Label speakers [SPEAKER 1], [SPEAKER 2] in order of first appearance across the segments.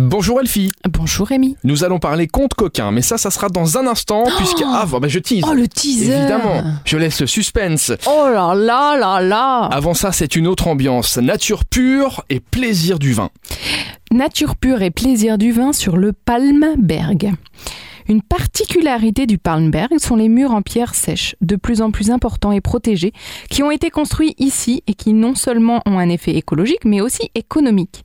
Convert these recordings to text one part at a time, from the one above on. [SPEAKER 1] Bonjour Elfie,
[SPEAKER 2] Bonjour Rémi.
[SPEAKER 1] nous allons parler compte coquin, mais ça, ça sera dans un instant, puisque avant, bah je tease,
[SPEAKER 2] Oh le teaser
[SPEAKER 1] évidemment, je laisse le suspense.
[SPEAKER 2] Oh là là là là
[SPEAKER 1] Avant ça, c'est une autre ambiance, nature pure et plaisir du vin.
[SPEAKER 2] Nature pure et plaisir du vin sur le Palmberg. Une particularité du Palmberg sont les murs en pierre sèche, de plus en plus importants et protégés, qui ont été construits ici et qui non seulement ont un effet écologique, mais aussi économique.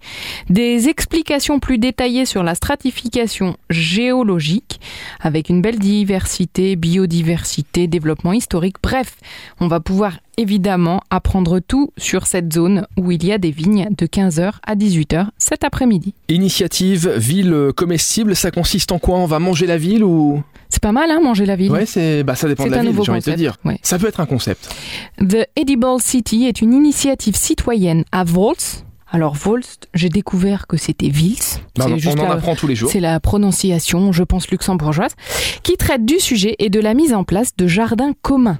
[SPEAKER 2] Des explications plus détaillées sur la stratification géologique, avec une belle diversité, biodiversité, développement historique, bref, on va pouvoir évidemment apprendre tout sur cette zone où il y a des vignes de 15h à 18h cet après-midi.
[SPEAKER 1] Initiative, ville euh, comestible, ça consiste en quoi On va manger la ville ou
[SPEAKER 2] C'est pas mal, hein, manger la ville
[SPEAKER 1] Ouais, c'est bah ça dépend de
[SPEAKER 2] C'est
[SPEAKER 1] la
[SPEAKER 2] un
[SPEAKER 1] ville,
[SPEAKER 2] nouveau
[SPEAKER 1] j'ai envie de te
[SPEAKER 2] concept.
[SPEAKER 1] dire.
[SPEAKER 2] ouais.
[SPEAKER 1] Ça peut être un concept.
[SPEAKER 2] The Edible City est une initiative citoyenne à Volz. Alors Volz, j'ai découvert que c'était Vils.
[SPEAKER 1] Bah,
[SPEAKER 2] C'est
[SPEAKER 1] on
[SPEAKER 2] juste
[SPEAKER 1] en
[SPEAKER 2] la-
[SPEAKER 1] apprend tous les jours.
[SPEAKER 2] C'est la prononciation, je pense, luxembourgeoise, qui traite du sujet et de la mise en place de jardins communs.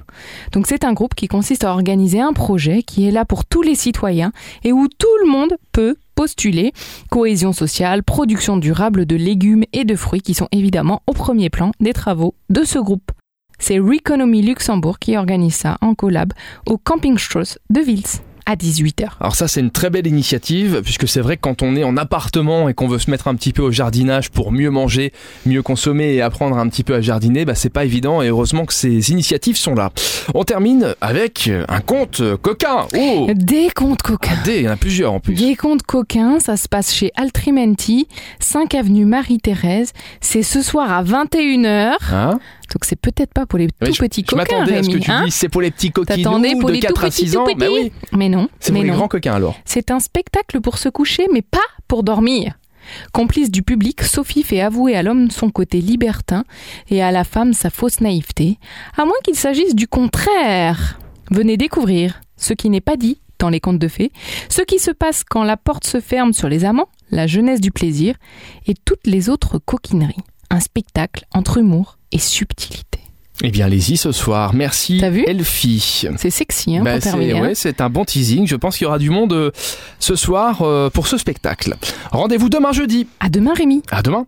[SPEAKER 2] Donc c'est un groupe qui consiste à organiser un projet qui est là pour tous les citoyens et où tout le monde peut postuler cohésion sociale, production durable de légumes et de fruits qui sont évidemment au premier plan des travaux de ce groupe. C'est Reconomy Luxembourg qui organise ça en collab au Camping Strauss de Vils à 18h.
[SPEAKER 1] Alors ça c'est une très belle initiative puisque c'est vrai que quand on est en appartement et qu'on veut se mettre un petit peu au jardinage pour mieux manger, mieux consommer et apprendre un petit peu à jardiner, bah c'est pas évident et heureusement que ces initiatives sont là. On termine avec un compte coquin. Oh
[SPEAKER 2] Des comptes coquins.
[SPEAKER 1] un dé, il y en a plusieurs en plus.
[SPEAKER 2] Des comptes coquins, ça se passe chez Altrimenti, 5 avenue Marie-Thérèse. C'est ce soir à 21h.
[SPEAKER 1] Hein
[SPEAKER 2] Donc c'est peut-être pas pour les
[SPEAKER 1] Ouais,
[SPEAKER 2] tout petits
[SPEAKER 1] Ah, Je
[SPEAKER 2] coquins,
[SPEAKER 1] m'attendais à ce que
[SPEAKER 2] Rémi,
[SPEAKER 1] tu
[SPEAKER 2] hein
[SPEAKER 1] dises c'est pour les petits coquins
[SPEAKER 2] T'attendais pour
[SPEAKER 1] de
[SPEAKER 2] les tout
[SPEAKER 1] 4 à
[SPEAKER 2] petits,
[SPEAKER 1] 6
[SPEAKER 2] tout
[SPEAKER 1] ans.
[SPEAKER 2] petits.
[SPEAKER 1] Bah oui,
[SPEAKER 2] mais non,
[SPEAKER 1] c'est
[SPEAKER 2] mais
[SPEAKER 1] pour les
[SPEAKER 2] non.
[SPEAKER 1] grands coquins alors.
[SPEAKER 2] C'est un spectacle pour se coucher, mais pas pour dormir. Complice du public, Sophie fait avouer à l'homme son côté libertin et à la femme sa fausse naïveté, à moins qu'il s'agisse du contraire. Venez découvrir ce qui n'est pas dit dans les contes de fées, ce qui se passe quand la porte se ferme sur les amants, la jeunesse du plaisir et toutes les autres coquineries. Un spectacle entre humour et subtilité.
[SPEAKER 1] Eh bien allez-y ce soir. Merci
[SPEAKER 2] T'as vu
[SPEAKER 1] Elfie.
[SPEAKER 2] C'est sexy hein,
[SPEAKER 1] Bah,
[SPEAKER 2] pour
[SPEAKER 1] c'est
[SPEAKER 2] terminer. hein.
[SPEAKER 1] ouais, c'est un bon teasing. Je pense qu'il y aura du monde euh, ce soir euh, pour ce spectacle. Rendez-vous demain jeudi.
[SPEAKER 2] À demain Rémi
[SPEAKER 1] À demain.